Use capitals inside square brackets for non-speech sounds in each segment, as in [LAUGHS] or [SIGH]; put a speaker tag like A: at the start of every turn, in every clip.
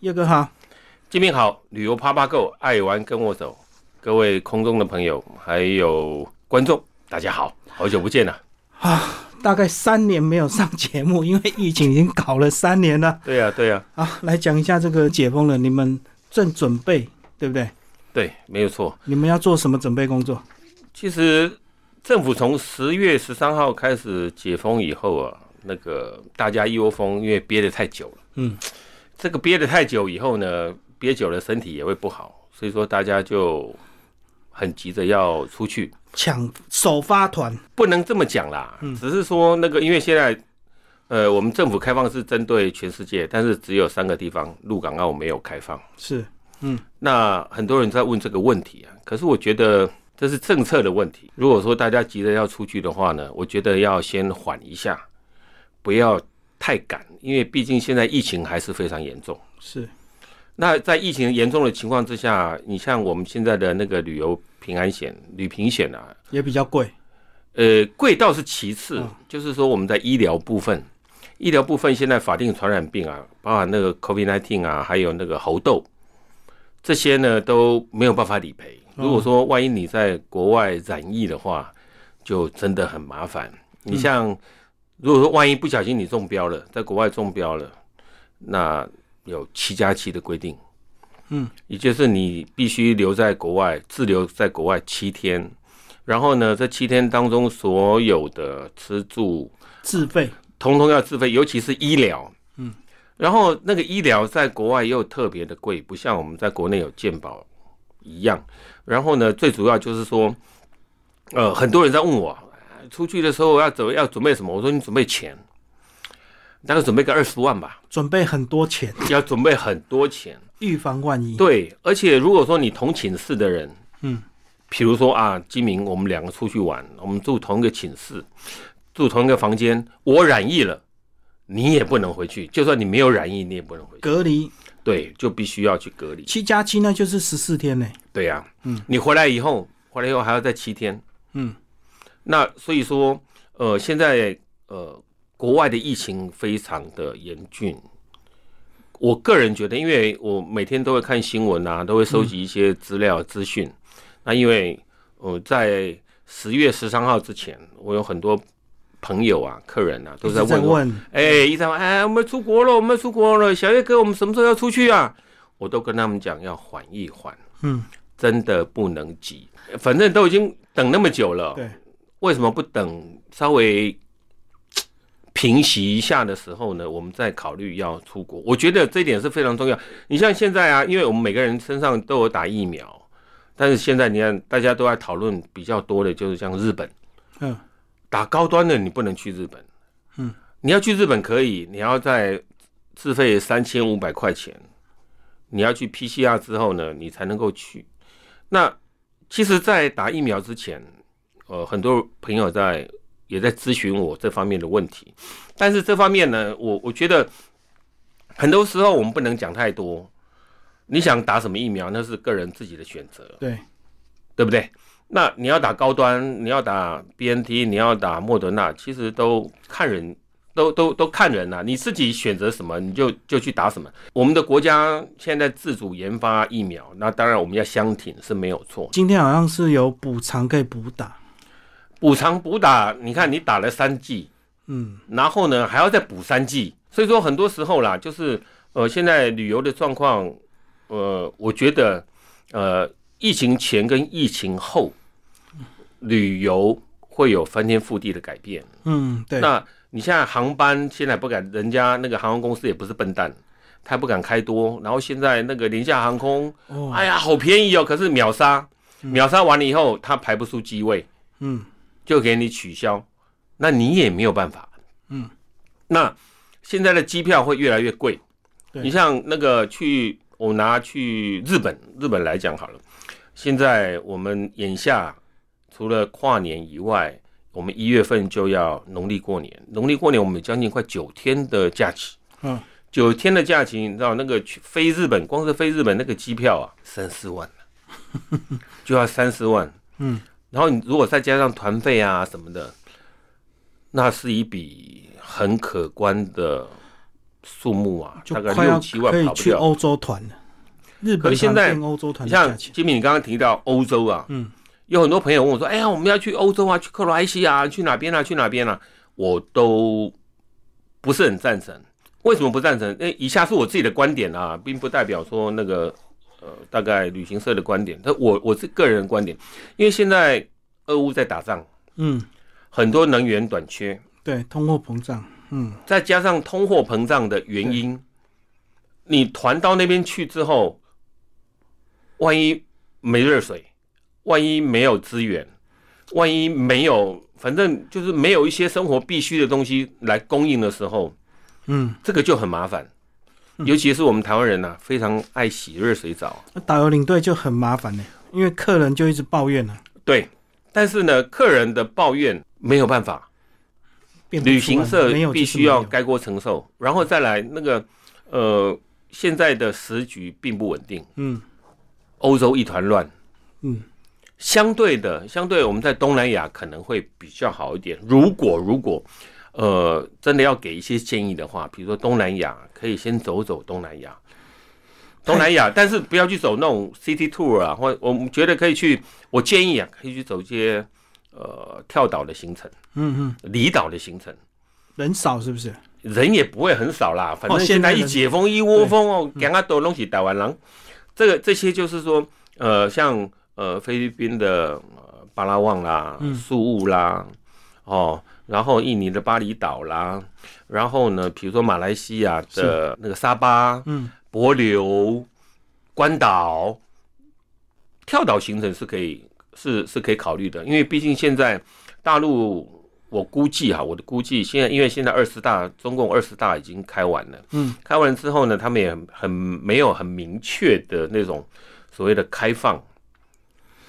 A: 叶哥好，
B: 见面好，旅游趴趴够，爱玩跟我走。各位空中的朋友，还有观众，大家好，好久不见啊了。
A: 大概三年没有上节目，因为疫情已经搞了三年了 [LAUGHS]
B: 对呀、对呀、
A: 啊。来讲一下这个解封了，你们正准备对不对？
B: 对，没有错。
A: 你们要做什么准备工作？
B: 其实政府从十月十三号开始解封以后啊，那个大家一窝蜂，因为憋得太久了。
A: 嗯，
B: 这个憋得太久以后呢，憋久了身体也会不好，所以说大家就很急着要出去。
A: 抢首发团，
B: 不能这么讲啦，只是说那个，因为现在，呃，我们政府开放是针对全世界，但是只有三个地方，陆港澳没有开放。
A: 是
B: 那很多人在问这个问题啊，可是我觉得这是政策的问题。如果说大家急着要出去的话呢，我觉得要先缓一下，不要太赶，因为毕竟现在疫情还是非常严重。
A: 是，
B: 那在疫情严重的情况之下，你像我们现在的那个旅游平安险、旅平险啊，
A: 也比较贵。
B: 呃，贵倒是其次，就是说我们在医疗部分，医疗部分现在法定传染病啊，包含那个 COVID-19 啊，还有那个猴痘，这些呢都没有办法理赔。如果说万一你在国外染疫的话，就真的很麻烦。你像，如果说万一不小心你中标了，在国外中标了，那有七加七的规定，
A: 嗯，
B: 也就是你必须留在国外滞留在国外七天，然后呢，这七天当中所有的吃住
A: 自费
B: 通通要自费，尤其是医疗。嗯，然后那个医疗在国外又特别的贵，不像我们在国内有健保一样。然后呢，最主要就是说，呃，很多人在问我呃出去的时候要准要准备什么，我说你准备钱，大概准备个二十万吧，
A: 准备很多钱，
B: 要准备很多钱。
A: 预防万一。
B: 对，而且如果说你同寝室的人，
A: 嗯，
B: 比如说啊，金明，我们两个出去玩，我们住同一个寝室，住同一个房间，我染疫了，你也不能回去，就算你没有染疫，你也不能回去，
A: 隔离
B: 对，就必须要去隔离。
A: 七加七呢，就是十四天呢。
B: 对呀、嗯，你回来以后，回来以后还要再七天，
A: 嗯，
B: 那所以说，呃，现在呃，国外的疫情非常的严峻。我个人觉得，因为我每天都会看新闻啊，都会收集一些资料资讯。那因为呃，在十月十三号之前，我有很多朋友啊、客人啊，都在
A: 一直在
B: 问我，
A: 问，
B: 哎、一直在问，哎，我们出国了，我们出国了，小月哥，我们什么时候要出去啊？我都跟他们讲要缓一缓。
A: 嗯，
B: 真的不能急，反正都已经等那么久了，
A: 对，
B: 为什么不等稍微平息一下的时候呢？我们再考虑要出国。我觉得这一点是非常重要。你像现在啊，因为我们每个人身上都有打疫苗，但是现在你看大家都在讨论比较多的就是像日本
A: 嗯，
B: 打高端的，你不能去日本，
A: 嗯，
B: 你要去日本可以，你要在自费三千五百块钱，你要去 PCR 之后呢，你才能够去。那其实，在打疫苗之前，呃，很多朋友在也在咨询我这方面的问题，但是这方面呢，我我觉得很多时候我们不能讲太多。你想打什么疫苗，那是个人自己的选择，
A: 对，
B: 对不对？那你要打高端，你要打 BNT，你要打莫德纳，其实都看人，都都都看人呐、你自己选择什么，你就就去打什么。我们的国家现在自主研发疫苗，那当然我们要相挺是没有错。
A: 今天好像是有补偿可以补打，
B: 补偿补打，你看你打了三剂，
A: 嗯，
B: 然后呢还要再补三剂，所以说很多时候啦，就是呃现在旅游的状况，呃，我觉得呃疫情前跟疫情后，旅游会有翻天覆地的改变。
A: 嗯，对，
B: 那你现在航班现在不敢，人家那个航空公司也不是笨蛋，他不敢开多，然后现在那个廉价航空，
A: 哦，
B: 哎呀好便宜哦，可是秒杀，秒杀完了以后他排不出机位。
A: 嗯，
B: 就给你取消，那你也没有办法。
A: 嗯，
B: 那现在的机票会越来越贵。
A: 对
B: 你像那个去，我拿去日本，日本来讲好了。现在我们眼下除了跨年以外，我们一月份就要农历过年，农历过年我们有将近快九天的假期。
A: 嗯，
B: 九天的假期，你知道那个去飞日本，光是飞日本那个机票啊，三四万
A: [LAUGHS]
B: 啊就要三四万。
A: 嗯，
B: 然后你如果再加上团费啊什么的，那是一笔很可观的数目啊，
A: 就
B: 大概
A: 快
B: 六
A: 要
B: 七万
A: 可以
B: 跑不
A: 去
B: 掉。
A: 欧洲团了。日
B: 可
A: 本
B: 是现
A: 团
B: 在
A: 变欧洲团
B: 你
A: 的
B: 像
A: 价钱，
B: 吉米，你刚刚提到欧洲啊，
A: 嗯，
B: 有很多朋友问我说：“哎呀，我们要去欧洲啊，去克罗埃西亚啊，去哪边啊，去哪边啊？”我都不是很赞成。为什么不赞成？哎，以下是我自己的观点啊，并不代表说那个呃，大概旅行社的观点。但我我是个人的观点，因为现在俄乌在打仗，
A: 嗯，
B: 很多能源短缺，
A: 对，通货膨胀，嗯，
B: 再加上通货膨胀的原因，你团到那边去之后，万一没热水，万一没有资源，万一没有，反正就是没有一些生活必需的东西来供应的时候，
A: 嗯，
B: 这个就很麻烦。尤其是我们台湾人呐、非常爱洗热水澡。
A: 那导游领队就很麻烦呢，因为客人就一直抱怨了，
B: 对，但是呢，客人的抱怨没有办法，
A: 变不出来
B: 旅行社
A: 没有就是
B: 必须要
A: 没有
B: 概括承受，然后再来那个呃，现在的时局并不稳定，
A: 嗯
B: 欧洲一团乱。
A: 嗯，
B: 相对的，相对我们在东南亚可能会比较好一点。如果如果呃真的要给一些建议的话，比如说东南亚可以先走走东南亚。东
A: [LAUGHS]
B: 南亚，但是不要去走那种 city tour 啊，或我们觉得可以去，我建议啊，可以去走一些呃跳岛的行程、
A: 嗯嗯，
B: 离岛的行程。
A: 人少是不是？
B: 人也不会很少啦，反正
A: 哦
B: 现
A: 现
B: 在
A: 在
B: 一
A: 人
B: 解封一窝蜂哦，赶快都弄起台湾狼。这个这些就是说，呃，像呃菲律宾的、呃、巴拉望啦、宿务啦，哦，然后印尼的巴厘岛啦，然后呢，比如说马来西亚的那个沙巴、
A: 嗯，
B: 帛琉、关岛，跳岛行程是可以是是可以考虑的，因为毕竟现在大陆。我估计哈，我的估计，现在因为现在二十大，中共二十大已经开完了，
A: 嗯，
B: 开完之后呢，他们也很很没有很明确的那种所谓的开放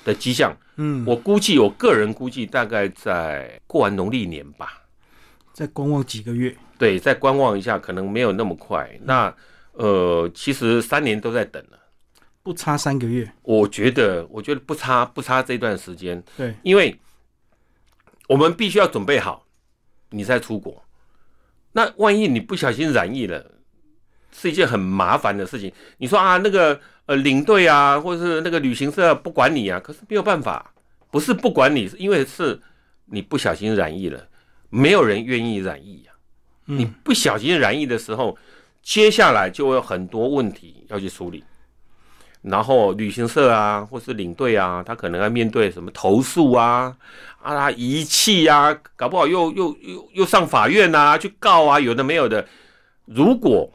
B: 的迹象。
A: 嗯，
B: 我估计，我个人估计，大概在过完农历年吧，
A: 再观望几个月，
B: 对，再观望一下，可能没有那么快。那呃，其实三年都在等啊了。
A: 不差三个月，
B: 我觉得，我觉得不差不差这段时间，
A: 对，
B: 因为我们必须要准备好，你再出国。那万一你不小心染疫了，是一件很麻烦的事情。你说啊，那个呃领队啊，或者是那个旅行社不管你啊，可是没有办法，不是不管你，是因为是你不小心染疫了，没有人愿意染疫啊。
A: 嗯
B: 你不小心染疫的时候，接下来就会有很多问题要去处理。然后旅行社啊，或是领队啊，他可能要面对什么投诉啊、啊遗弃啊，搞不好又又又又上法院啊去告啊，有的没有的。如果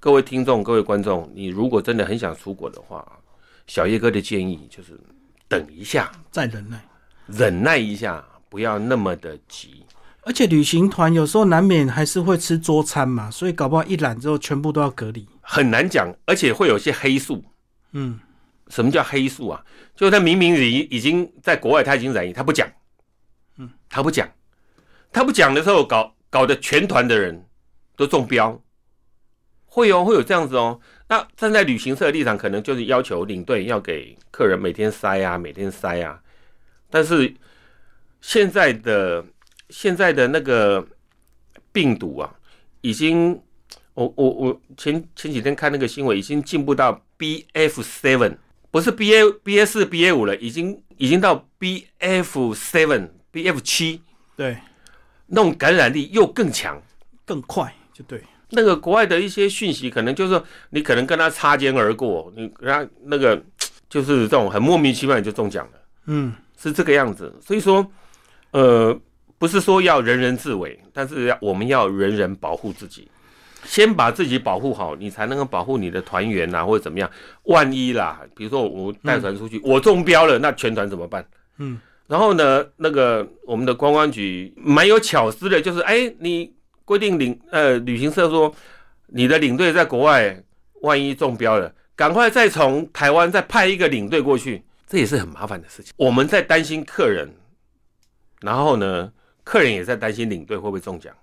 B: 各位听众、各位观众，你如果真的很想出国的话，小叶哥的建议就是等一下，
A: 再忍耐。
B: 忍耐一下，不要那么的急。
A: 而且旅行团有时候难免还是会吃桌餐嘛，所以搞不好一揽之后全部都要隔离。
B: 很难讲，而且会有一些黑数。
A: 嗯，
B: 什么叫黑数啊？就是他明明已已经在国外，他已经染疫，他不讲，嗯，他不讲，他不讲的时候搞搞得全团的人都中标，会哦，会有这样子哦。那站在旅行社的立场，可能就是要求领队要给客人每天塞啊，每天塞啊。但是现在的现在的那个病毒啊，已经我我我前前几天看那个新闻，已经进步到 BF seven，不是 BA BA 四 BA 五了，已经已经到 BF seven BF 七
A: 对，
B: 那种感染力又更强。
A: 更快就对。
B: 那个国外的一些讯息，可能就是说你可能跟他擦肩而过，你跟他那个就是这种很莫名其妙你就中奖了。
A: 嗯，
B: 是这个样子。所以说，呃，不是说要人人自危，但是要我们要人人保护自己，先把自己保护好，你才能够保护你的团员呐、或者怎么样。万一啦，比如说我带团出去，我中标了，那全团怎么办？
A: 嗯，
B: 然后呢，那个我们的观光局蛮有巧思的，就是哎，你规定领呃旅行社说，你的领队在国外万一中标了，赶快再从台湾再派一个领队过去，这也是很麻烦的事情。我们在担心客人，然后呢，客人也在担心领队会不会中奖，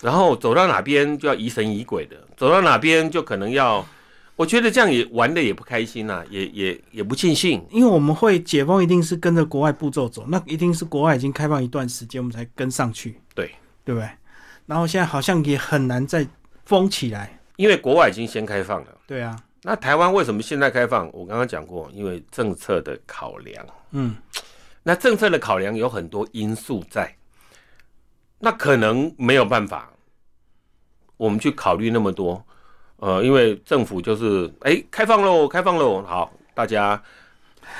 B: 然后走到哪边就要疑神疑鬼的，走到哪边就可能要，我觉得这样也玩的也不开心呐、也也也不尽兴。
A: 因为我们会解封，一定是跟着国外步骤走，那一定是国外已经开放一段时间，我们才跟上去。
B: 对，
A: 对不对？然后现在好像也很难再封起来。
B: 因为国外已经先开放了，
A: 对啊，
B: 那台湾为什么现在开放？我刚刚讲过，因为政策的考量。
A: 嗯，
B: 那政策的考量有很多因素在，那可能没有办法，我们去考虑那么多。呃，因为政府就是哎、开放喽，开放喽，好，大家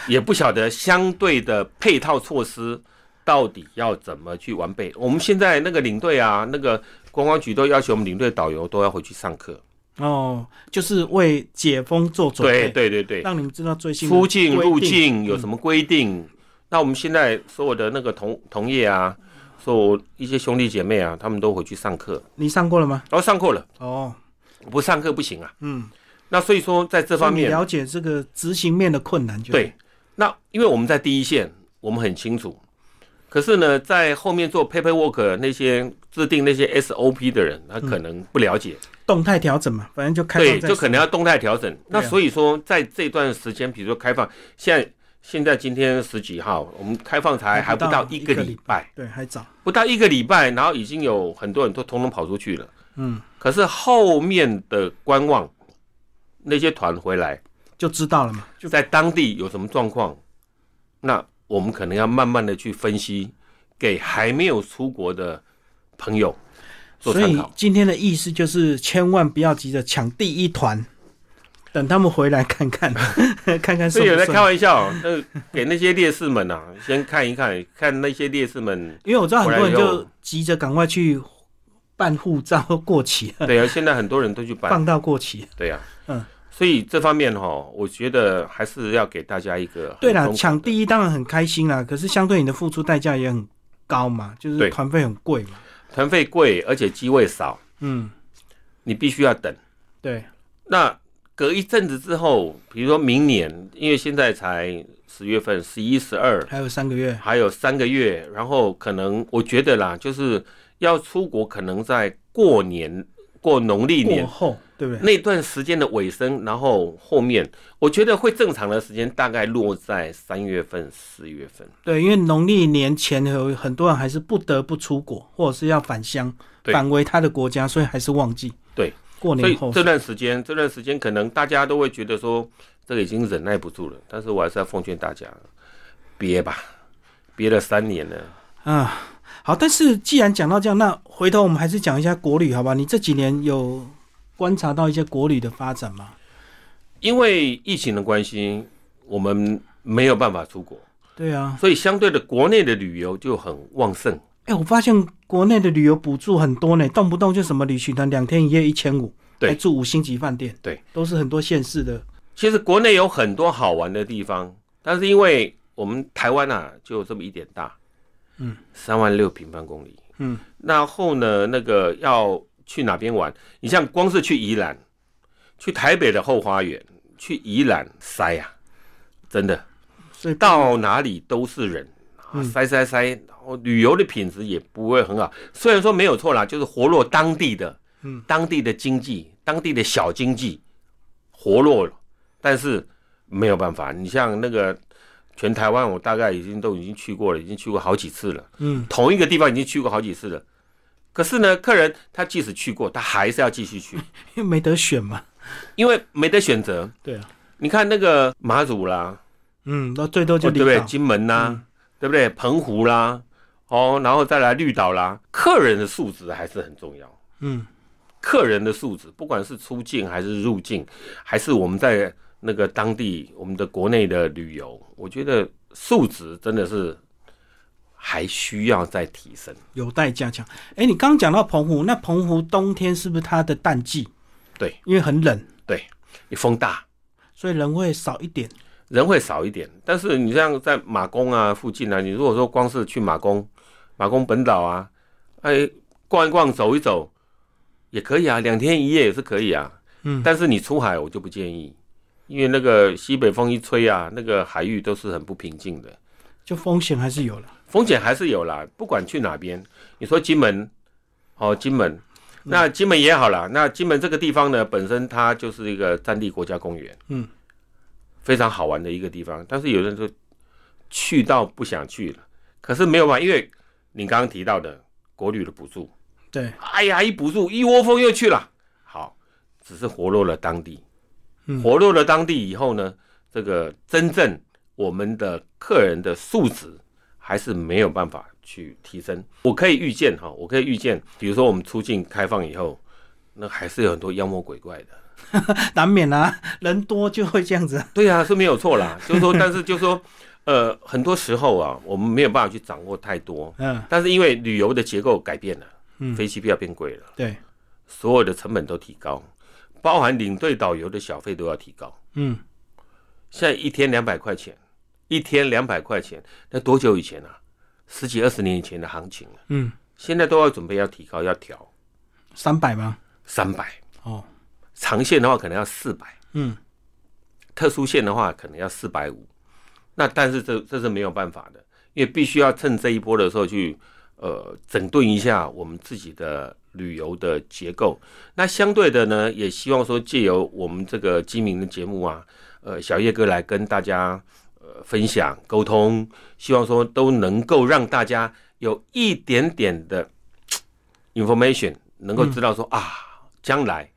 B: 也不晓得相对的配套措施到底要怎么去完备。我们现在那个领队啊，那个观光局都要求我们领队导游都要回去上课。
A: 哦，就是为解封做准备，
B: 对对对对，
A: 让你们知道最新的
B: 出境
A: 规
B: 入
A: 定。嗯
B: 境有什么规定？那我们现在所有的那个同同业啊，所有一些兄弟姐妹啊，他们都回去上课，
A: 你上过了吗？
B: 然后上课了，
A: 哦，
B: 不上课不行啊。
A: 嗯，
B: 那所以说在这
A: 这
B: 方面，
A: 了解这个执行面的困难就
B: 对，那因为我们在第一线，我们很清楚。可是呢，在后面做 paperwork 那些制定那些 SOP 的人，他可能不了解，
A: 动态调整嘛，反正嗯就开放
B: 对，
A: 再
B: 就可能要动态调整。那
A: 对啊
B: 所以说，在这段时间，比如说开放，现在现在今天十几号，我们开放才还
A: 还不
B: 不
A: 到
B: 到一个
A: 一个
B: 礼
A: 礼
B: 拜，
A: 对还早，
B: 不到一个礼拜，然后已经有很多人都通通跑出去了。
A: 嗯，
B: 可是后面的观望，那些团回来，
A: 就知道了嘛。
B: 就在当地有什么状况，那我们可能要慢慢的去分析，给还没有出国的朋友做
A: 所
B: 参
A: 以
B: 考。
A: 今天的意思就是，千万不要急着抢第一团，等他们回来看看， [LAUGHS] 看看
B: 所
A: 是
B: 以有
A: 不
B: 人在开
A: 是。
B: 玩笑，那给那些烈士们啊，先看一
A: [LAUGHS]
B: 看，看那些烈士们，
A: 因为我知道很多人
B: 回来以后
A: 就急着赶快去办护照过期，
B: 对啊，现在很多人都去办，
A: 办到过期。
B: 对啊，
A: 嗯，
B: 所以这方面哈，我觉得还是要给大家一个很
A: 对啦，
B: 中肯
A: 抢
B: 的
A: 第一当然很开心啦，可是相对你的付出代价也很高嘛，就是
B: 对
A: 团费很贵嘛。
B: 团费贵，而且机位少，
A: 嗯，
B: 你必须要等。
A: 对，
B: 那隔一阵子之后，比如说明年，因为现在才十月份，十一、十二，
A: 还有三个月。
B: 还有三个月，然后可能我觉得啦，就是要出国，可能在过年、过农历
A: 过
B: 年
A: 后，对不对？
B: 那段时间的尾声，然后后面，我觉得会正常的时间大概落在三月份、四月份。
A: 对，因为农历年前有很多人还是不得不出国，或者是要返乡，
B: 对
A: 返回他的国家，所以还是忘记。
B: 对，
A: 过
B: 所
A: 年
B: 以
A: 后
B: 这段时间，这段时间可能大家都会觉得说，这个已经忍耐不住了。但是我还是要奉劝大家，憋吧，憋了三年了。
A: 啊，好。但是既然讲到这样，那回头我们还是讲一下国旅，好吧？你这几年有观察到一些国旅的发展吗？
B: 因为疫情的关系，我们没有办法出国，
A: 对啊，
B: 所以相对的国内的旅游就很旺盛。
A: 哎、我发现国内的旅游补助很多呢，动不动就什么旅行团两天一夜一千五，
B: 对
A: 还住五星级饭店，
B: 对，
A: 都是很多县市的，
B: 其实国内有很多好玩的地方，但是因为我们台湾啊，就这么一点大，
A: 嗯，
B: 三万六平方公里，
A: 嗯，
B: 然后呢，那个要去哪边玩？你像光是去宜兰，去台北的后花园，去宜兰塞啊，真的
A: 所以
B: 到哪里都是人，啊
A: 嗯
B: 塞塞塞，然后旅游的品质也不会很好。虽然说没有错啦，就是活络当地的，
A: 嗯，
B: 当地的经济，当地的小经济活络了，但是没有办法。你像那个全台湾，我大概已经都已经去过了，已经去过好几次了，
A: 嗯，
B: 同一个地方已经去过好几次了。可是呢，客人他即使去过，他还是要继续去，
A: 因为没得选嘛，
B: 因为没得选择。
A: 对啊，
B: 你看那个马祖啦，
A: 嗯，那最多就
B: 哦
A: 离
B: 对不
A: 岛，
B: 对？金门啦、对不对？澎湖啦，哦，然后再来绿岛啦。客人的素质还是很重要，
A: 嗯，
B: 客人的素质，不管是出境还是入境，还是我们在那个当地我们的国内的旅游，我觉得素质真的是还需要再提升。
A: 有待加强。哎、你刚讲到澎湖，那澎湖冬天是不是它的淡季？
B: 对，
A: 因为很冷，
B: 你风大，
A: 所以人会少一点。
B: 人会少一点，但是你像在马公啊附近啊，你如果说光是去马公、马公本岛啊，哎，逛一逛、走一走也可以啊，两天一夜也是可以啊。
A: 嗯
B: 但是你出海我就不建议，因为那个西北风一吹啊，那个海域都是很不平静的，
A: 就风险还是有了。
B: 风险还是有啦。不管去哪边，你说金门，哦，金门，那金门也好啦。那金门这个地方呢，本身它就是一个战地国家公园，
A: 嗯，
B: 非常好玩的一个地方。但是有人说去到不想去了，可是没有办法，因为你刚刚提到的国旅的补助，
A: 对，
B: 哎呀，一补助一窝蜂又去了，只是活络了当地。活络了当地以后呢，这个真正我们的客人的素质还是没有办法去提升。我可以预见哈，我可以预见，比如说我们出境开放以后，那还是有很多妖魔鬼怪的。
A: 难免啊， [LAUGHS] 人多就会这样子。
B: 对啊，是没有错啦。就是说，但是就是说，呃，很多时候啊，我们没有办法去掌握太多。
A: 嗯，
B: 但是因为旅游的结构改变了，
A: 嗯
B: 飞机票变贵了，
A: 对，
B: 所有的成本都提高，包含领队导游的小费都要提高。
A: 嗯，
B: 现在一天两百块钱，一天两百块钱，那多久以前啊？十几二十年以前的行情了，
A: 嗯，
B: 现在都要准备要提高，要调
A: 三百吗？
B: 三百，
A: 哦，
B: 长线的话可能要四百，
A: 嗯，
B: 特殊线的话可能要四百五。那但是这这是没有办法的，因为必须要趁这一波的时候去呃整顿一下我们自己的旅游的结构。那相对的呢，也希望说借由我们这个精明的节目啊，呃，小叶哥来跟大家呃分享沟通，希望说都能够让大家有一点点的 information，能够知道说、啊，将来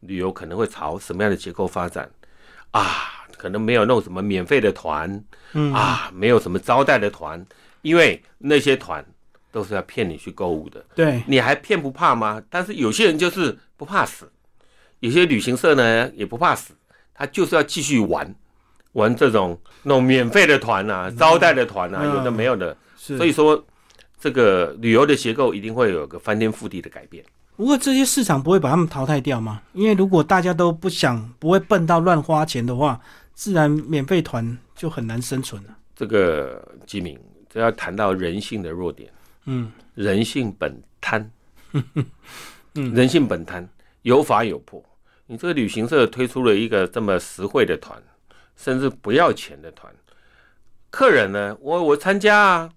B: 旅游可能会朝什么样的结构发展啊，可能没有弄什么免费的团，
A: 嗯
B: 啊，没有什么招待的团，因为那些团都是要骗你去购物的。
A: 对，
B: 你还骗不怕吗？但是有些人就是不怕死，有些旅行社呢也不怕死，他就是要继续玩，玩这种那种免费的团啊、招待的团啊，
A: 嗯
B: 有的没有的。
A: 是。
B: 所以说，这个旅游的结构一定会有个翻天覆地的改变。
A: 不过这些市场不会把他们淘汰掉吗？因为如果大家都不想，不会笨到乱花钱的话，自然免费团就很难生存了。
B: 这个吉明，这要谈到人性的弱点，
A: 嗯，
B: 人性本贪，
A: 嗯
B: 人性本贪，有法有破。你这个旅行社推出了一个这么实惠的团，甚至不要钱的团，客人呢，我我参加啊，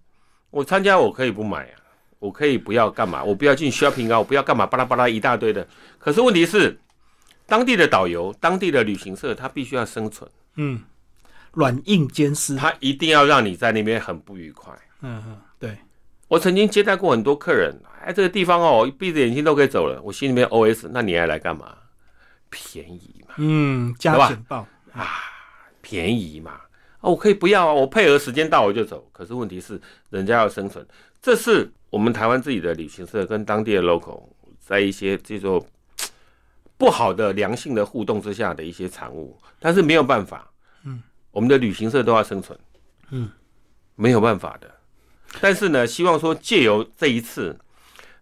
B: 我参加我可以不买啊，我可以不要干嘛，我不要进 shopping 啊，我不要干嘛，巴拉巴拉一大堆的。可是问题是，当地的导游、当地的旅行社，他必须要生存，
A: 嗯，软硬兼施。
B: 他一定要让你在那边很不愉快。
A: 嗯嗯，对，
B: 我曾经接待过很多客人，哎，这个地方哦，闭着眼睛都可以走了。我心里面 OS：那你还来干嘛？便宜嘛，
A: 嗯，加
B: 对吧
A: 减报。
B: 便宜嘛。啊，我可以不要啊，我配合时间到我就走。可是问题是，人家要生存，这是我们台湾自己的旅行社跟当地的 local 在一些这种嘖不好的良性的互动之下的一些产物，但是没有办法，
A: 嗯，
B: 我们的旅行社都要生存，
A: 嗯，
B: 没有办法的。但是呢，希望说借由这一次，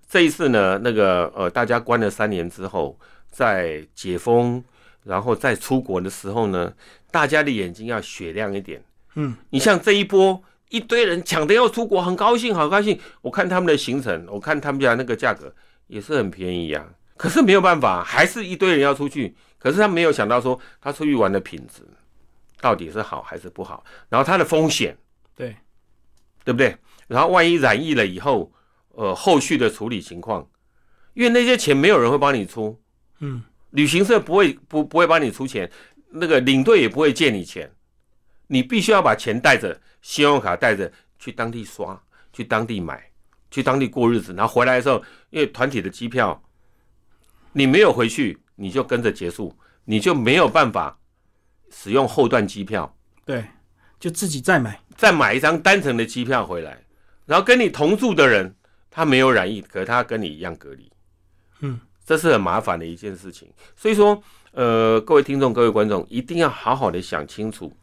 B: 这一次呢，那个呃，大家关了三年之后，在解封，然后再出国的时候呢，大家的眼睛要雪亮一点。
A: 嗯，
B: 你像这一波一堆人抢着要出国，很高兴，好高兴。我看他们的行程，我看他们家那个价格也是很便宜啊。可是没有办法，还是一堆人要出去。可是他没有想到说，他出去玩的品质到底是好还是不好，然后他的风险，
A: 对，
B: 对不对？然后万一染疫了以后，呃，后续的处理情况，因为那些钱没有人会帮你出，
A: 嗯，
B: 旅行社不会不不会帮你出钱，那个领队也不会借你钱，你必须要把钱带着，信用卡带着去当地刷，去当地买，去当地过日子，然后回来的时候，因为团体的机票，你没有回去，你就跟着结束，你就没有办法使用后段机票，
A: 对，就自己再买。
B: 再买一张单程的机票回来，然后跟你同住的人他没有染疫，可是他跟你一样隔离，
A: 嗯，
B: 这是很麻烦的一件事情。所以说，呃，各位听众、各位观众，一定要好好的想清楚，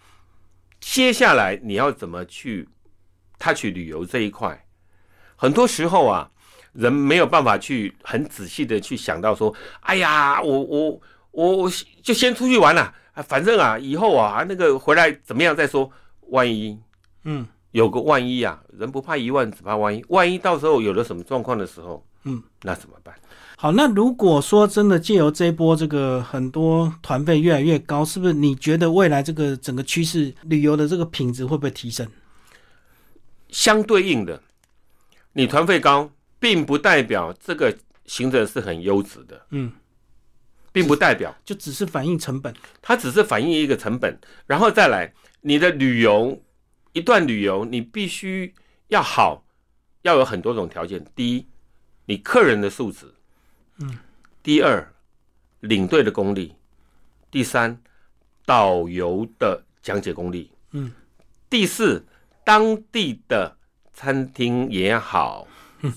B: 接下来你要怎么去他去旅游这一块。很多时候啊，人没有办法去很仔细的去想到说，哎呀，我我我我就先出去玩了、啊，反正啊，以后啊，那个回来怎么样再说。万一
A: 嗯
B: 有个万一啊，人不怕一万，只怕万一。万一到时候有了什么状况的时候，
A: 嗯，
B: 那怎么办？
A: 好，那如果说真的借由这一波这个很多团费越来越高，是不是你觉得未来这个整个趋势旅游的这个品质会不会提升？
B: 相对应的，你团费高，并不代表这个行程是很优质的，
A: 嗯，
B: 并不代表
A: 就只是反映成本。
B: 它只是反映一个成本，然后再来你的旅游一段旅游，你必须要好，要有很多种条件。第一，你客人的素质，嗯，第二，领队的功力，第三，导游的讲解功力，
A: 嗯，
B: 第四，当地的餐厅也好，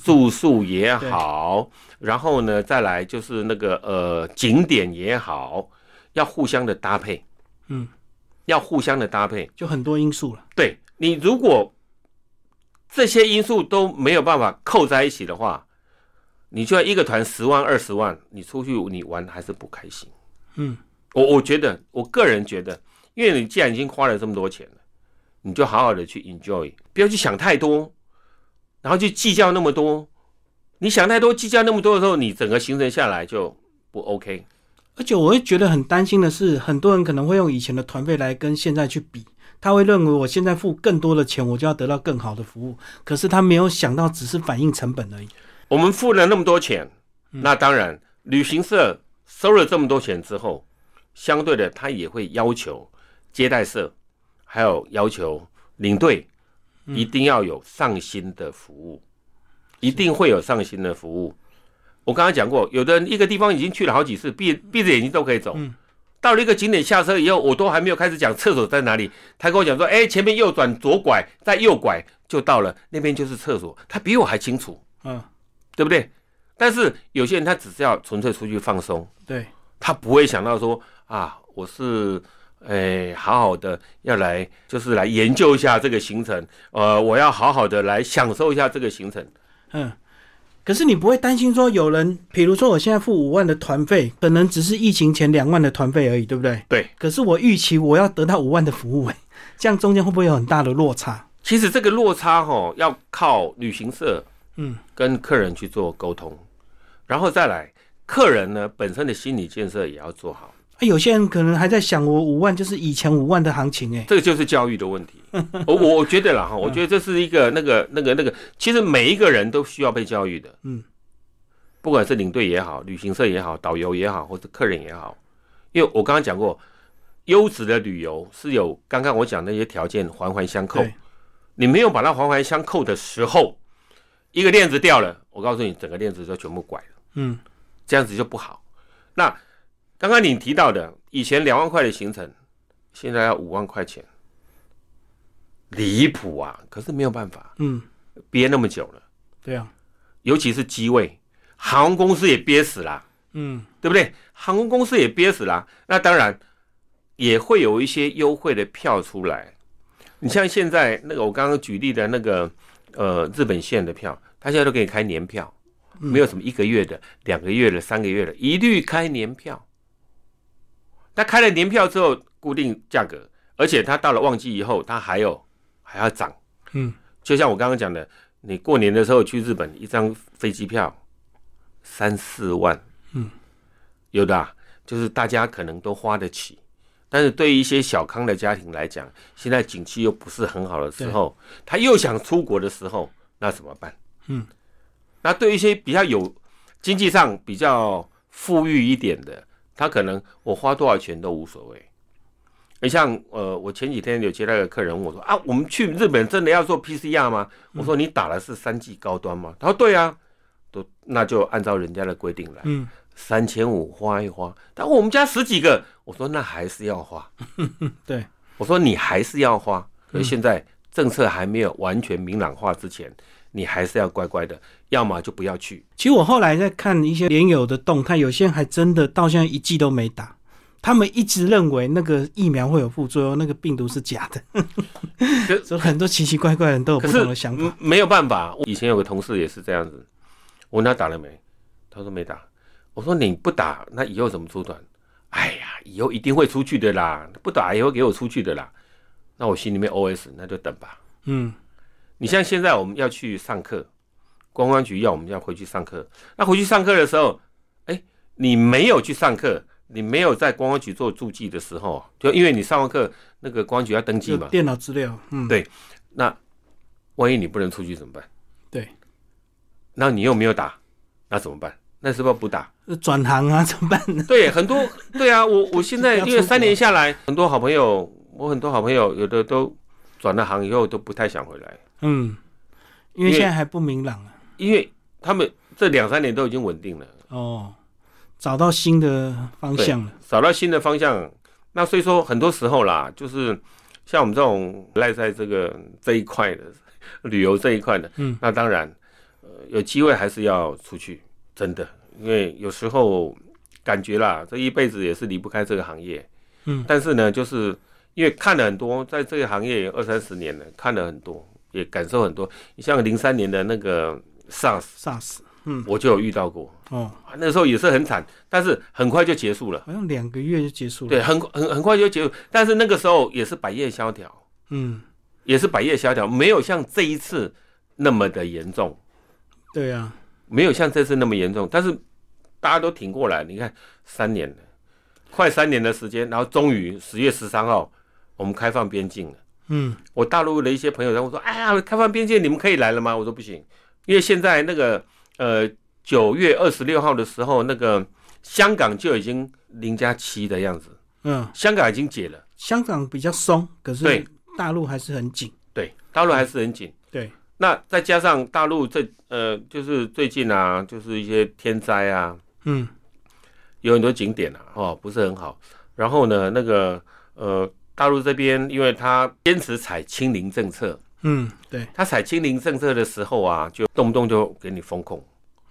B: 住宿也好，然后呢，再来就是那个呃景点也好，要互相的搭配，
A: 嗯，
B: 要互相的搭配。
A: 就很多因素了。
B: 对你如果这些因素都没有办法扣在一起的话，你就算一个团十万二十万，你出去你玩还是不开心。
A: 嗯，
B: 我我觉得，我个人觉得，因为你既然已经花了这么多钱了，你就好好的去 enjoy，不要去想太多，然后去计较那么多。你想太多、计较那么多的时候，你整个行程下来就不 OK。
A: 而且我会觉得很担心的是，很多人可能会用以前的团费来跟现在去比，他会认为我现在付更多的钱，我就要得到更好的服务。可是他没有想到，只是反映成本而已。
B: 我们付了那么多钱，那当然，旅行社收了这么多钱之后，相对的，他也会要求接待社，还有要求领队，一定要有上新的服务，一定会有上新的服务。我刚刚讲过，有的人一个地方已经去了好几次，闭闭着眼睛都可以走。到了一个景点下车以后，我都还没有开始讲厕所在哪里，他跟我讲说：“哎、前面右转，左拐，再右拐就到了，那边就是厕所。”他比我还清楚。
A: 嗯，
B: 对不对？但是有些人他只是要纯粹出去放松，
A: 对，
B: 他不会想到说啊，我是诶、好好的要来，就是来研究一下这个行程，呃，我要好好的来享受一下这个行程。
A: 嗯。可是你不会担心说有人，比如说我现在付五万的团费，可能只是疫情前两万的团费而已，对不对？
B: 对，
A: 可是我预期我要得到五万的服务、欸，这样中间会不会有很大的落差？
B: 其实这个落差哈、要靠旅行社
A: 嗯
B: 跟客人去做沟通，然后再来客人呢本身的心理建设也要做好。
A: 啊有些人可能还在想，我五万就是以前五万的行情、欸，哎，
B: 这个就是教育的问题。我我我觉得啦哈，我觉得这是一个那个那个那个，其实每一个人都需要被教育的。
A: 嗯，
B: 不管是领队也好，旅行社也好，导游也好，或者客人也好，因为我刚刚讲过，优质的旅游是有刚刚我讲那些条件环环相扣。
A: 对，
B: 你没有把它环环相扣的时候，一个链子掉了，我告诉你，整个链子就全部拐了，
A: 嗯
B: 这样子就不好。那刚刚你提到的，以前两万块的行程，现在要五万块钱，离谱啊！可是没有办法，
A: 嗯，
B: 憋那么久了，
A: 对啊，
B: 尤其是机位，航空公司也憋死啦。
A: 嗯
B: 对不对？航空公司也憋死啦。那当然也会有一些优惠的票出来。你像现在那个我刚刚举例的那个呃日本线的票，他现在都给你开年票，
A: 嗯
B: 没有什么一个月的、两个月的、三个月的，一律开年票。那开了年票之后，固定价格，而且它到了旺季以后，它还有还要涨。
A: 嗯，
B: 就像我刚刚讲的，你过年的时候去日本，一张飞机票三四万，
A: 嗯，
B: 有的、啊、就是大家可能都花得起，但是对于一些小康的家庭来讲，现在景气又不是很好的时候，他又想出国的时候，那怎么办？
A: 嗯，
B: 那对于一些比较有经济上比较富裕一点的，他可能我花多少钱都无所谓。你像呃，我前几天有接待个客人问我说啊，我们去日本真的要做 PCR 吗？我说你打的是三 G 高端吗？他说对啊，都那就按照人家的规定来，
A: 嗯
B: 三千五花一花。但我们家十几个，我说那还是要花，
A: [LAUGHS] 对，嗯
B: 我说你还是要花。可是现在政策还没有完全明朗化之前，你还是要乖乖的，要么就不要去。
A: 其实我后来在看一些连友的动态，有些人还真的到现在一剂都没打，他们一直认为那个疫苗会有副作用，那个病毒是假的，
B: 可
A: [LAUGHS] 所以很多奇奇怪怪的人都有
B: 可
A: 不
B: 是
A: 同的想
B: 嗯
A: 法。
B: 没有办法，我以前有个同事也是这样子，我问他打了没，他说没打。我说你不打，那以后怎么出团？哎呀，以后一定会出去的啦，不打也会给我出去的啦。那我心里面 OS，那就等吧。
A: 嗯
B: 你像现在我们要去上课，公安局要我们要回去上课，那回去上课的时候，哎，你没有去上课，你没有在公安局做注记的时候，就因为你上完课，那个公安局要登记
A: 有
B: 嘛，
A: 电脑资料，嗯，
B: 对那万一你不能出去怎么办？
A: 对，
B: 那你又没有打，那怎么办？那是不是不打？
A: 呃转行啊， [LAUGHS] 怎么办呢？
B: 对，很多 [LAUGHS] 对啊，我我现在
A: 要出
B: 因为三
A: 国
B: 年下来，很多好朋友，我很多好朋友有的都转了行以后都不太想回来，
A: 嗯，因为现在还不明朗啊。
B: 因为他们这两三年都已经稳定了。
A: 哦，找到新的方向了。
B: 找到新的方向。那所以说，很多时候啦，就是像我们这种赖在这个这一块的旅游这一块的，
A: 嗯，
B: 那当然，呃，有机会还是要出去，真的，因为有时候感觉啦，这一辈子也是离不开这个行业，
A: 嗯
B: 但是呢，就是因为看了很多，在这个行业有二三十年了，看了很多，也感受很多。你像零三年的那个 SARS，
A: SARS，嗯，
B: 我就有遇到过，
A: 哦，
B: 啊那时候也是很惨，但是很快就结束了。
A: 好像两个月就结束了。
B: 对，，很很很快就结束，但是那个时候也是百业萧条，
A: 嗯，
B: 也是百业萧条，没有像这一次那么的严重，
A: 对啊，
B: 没有像这次那么严重，但是大家都挺过来。你看，三年了，快三年的时间，然后终于十月十三号，我们开放边境了。
A: 嗯，
B: 我大陆的一些朋友在问我说：“哎呀，开放边界，你们可以来了吗？”我说：“不行，因为现在那个呃九月二十六号的时候，那个香港就已经零加七的样子，
A: 嗯，
B: 香港已经解了。”
A: 香港比较松，可
B: 对
A: 是大陆还是很紧。
B: 对，大陆还是很紧。
A: 对，
B: 那再加上大陆这呃，就是最近啊，就是一些天灾啊，
A: 嗯，
B: 有很多景点啊，哦，不是很好。然后呢，那个呃，大陆这边因为它坚持采清零政策，
A: 嗯，对，
B: 它采清零政策的时候啊，就动不动就给你封控，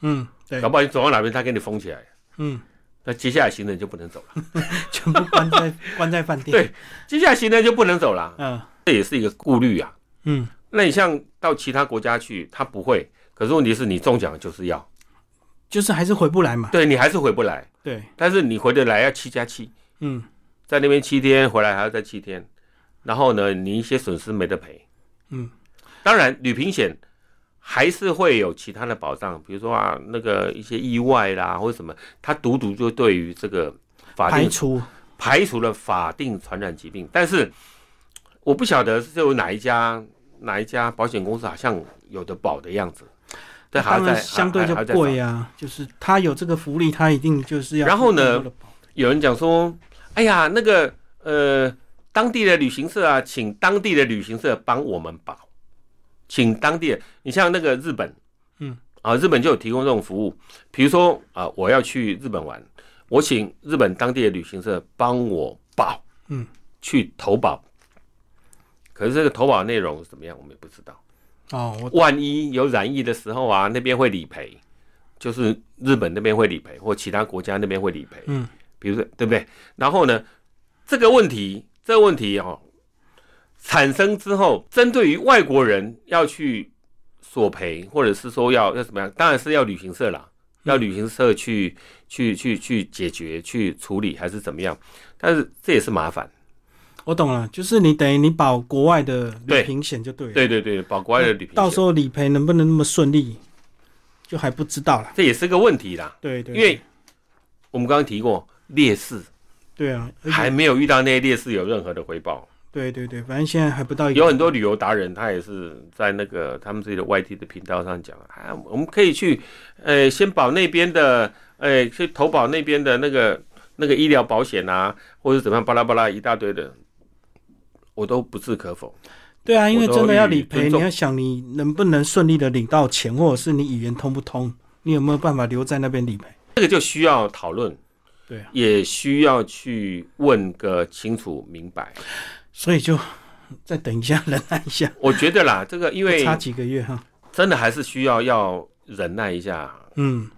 A: 嗯，对
B: 搞，不好你走到哪边，它给你封起来，
A: 嗯，
B: 那接下来行人就不能走了，
A: 全部关在关在饭店。
B: 对接下来行人就不能走了，
A: 嗯
B: 这也是一个顾虑啊。
A: 嗯，
B: 那你像到其他国家去，它不会，可是问题是你中奖就是要，
A: 就是还是回不来嘛。
B: 对你还是回不来。
A: 对，
B: 但是你回得来要七加七，
A: 嗯，
B: 在那边七天，回来还要再七天，然后呢，你一些损失没得赔。
A: 嗯，
B: 当然，旅平险还是会有其他的保障，比如说啊，那个一些意外啦或者什么，它独独就对于这个法
A: 排
B: 定
A: 除。
B: 排除了法定传染疾病，但是我不晓得是有哪一家哪一家保险公司好像有的保的样子，对，还要
A: 当然
B: 再
A: 相对就
B: 还还要再
A: 贵啊，就是他有这个福利，他一定就是要。
B: 然后呢？有人讲说，哎呀，那个呃，当地的旅行社啊，请当地的旅行社帮我们保，请当地的，你像那个日本，
A: 嗯，
B: 啊，日本就有提供这种服务，比如说啊，我要去日本玩，我请日本当地的旅行社帮我保，
A: 嗯，
B: 去投保。可是这个投保内容是怎么样，我们也不知道。
A: 哦，我
B: 万一有染疫的时候啊，那边会理赔，就是日本那边会理赔，或其他国家那边会理赔。
A: 嗯，
B: 比如说对不对？然后呢，这个问题，这个问题哦，产生之后，针对于外国人要去索赔，或者是说要要怎么样，当然是要旅行社啦，
A: 嗯
B: 要旅行社去去去去解决、去处理还是怎么样？但是这也是麻烦。
A: 我懂了，就是你等于你保国外的
B: 对
A: 旅行险就对了。
B: 对对对，保国外的旅行，
A: 到时候理赔能不能那么顺利，就还不知道啦。
B: 这也是个问题啦。
A: 对对，
B: 因为我们刚刚提过劣势，
A: 对啊，而且
B: 还没有遇到那些劣势有任何的回报。
A: 对对哎对，反正现在还不到一个
B: 有很多旅游达人，他也是在那个他们自己的 YT 的频道上讲啊，我们可以去，呃，先保那边的，呃，去投保那边的那个那个医疗保险啊，或者怎么样，巴拉巴拉一大堆的，我都不置可否。
A: 对啊，因为真的要理
B: 我都
A: 赔，
B: 予以尊重
A: 你要想你能不能顺利的领到钱，或者是你语言通不通，你有没有办法留在那边理赔？
B: 这个就需要讨论，
A: 对啊，
B: 也需要去问个清楚明白。
A: 所以就再等一下，忍耐一下，
B: 我觉得啦，这个因为
A: 差几个月哈。
B: 真的还是需要要忍耐一下，
A: 嗯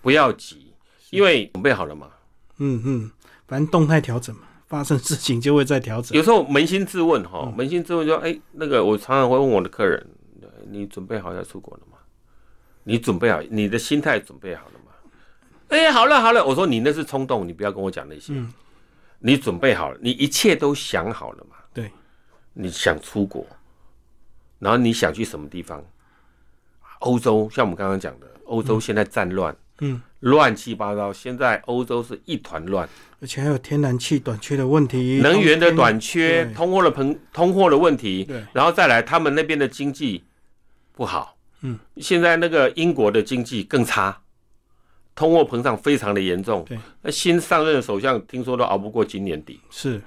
B: 不要急，因为准备好了嘛。
A: 嗯嗯，反正动态调整嘛，发生事情就会再调整。
B: 有时候扪心自问哈，
A: 嗯
B: 扪心自问就哎、那个我常常会问我的客人，呃你准备好要出国了吗？你准备好，你的心态准备好了吗？哎、好了好了，我说你那是冲动，你不要跟我讲那些。
A: 嗯
B: 你准备好了，你一切都想好了吗？
A: 对，
B: 你想出国，然后你想去什么地方？欧洲，像我们刚刚讲的，欧洲现在战乱，
A: 嗯，
B: 乱七八糟，现在欧洲是一团乱。
A: 而且还有天然气短缺的问题，
B: 能源的
A: 冬天
B: 短缺、
A: 对
B: 通货的膨、通货的问题，
A: 对，
B: 然后再来他们那边的经济不好，
A: 嗯，
B: 现在那个英国的经济更差，通货膨胀非常的严重，
A: 对，
B: 那新上任的首相听说都熬不过今年底，
A: 是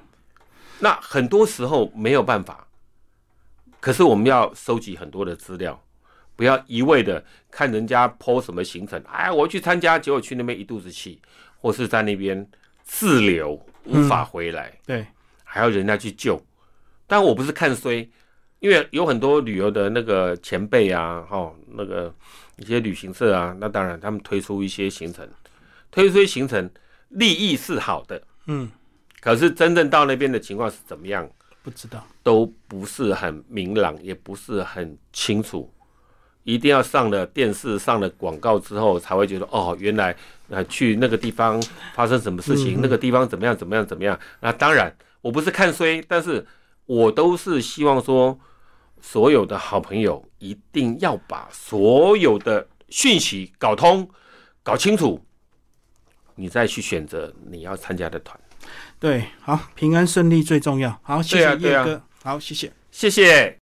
B: 那很多时候没有办法，可是我们要收集很多的资料。不要一味的看人家 PO 什么行程，哎，我去参加，结果去那边一肚子气，或是在那边滞留
A: 嗯
B: 无法回来，
A: 对，
B: 还要人家去救。但我不是看衰，因为有很多旅游的那个前辈啊，哦，那个一些旅行社啊，那当然他们推出一些行程，推出一些行程利益是好的，
A: 嗯，
B: 可是真正到那边的情况是怎么样，
A: 不知道，
B: 都不是很明朗，也不是很清楚。一定要上了电视、上了广告之后，才会觉得哦，原来呃去那个地方发生什么事情，那个地方怎么样怎么样怎么样。那当然，我不是看衰，但是我都是希望说，所有的好朋友一定要把所有的讯息搞通、搞清楚，你再去选择你要参加的团。
A: 对，好，平安顺利最重要。好，谢
B: 对啊
A: 谢
B: 对
A: 叶
B: 啊
A: 哥，好，谢谢。
B: 谢谢。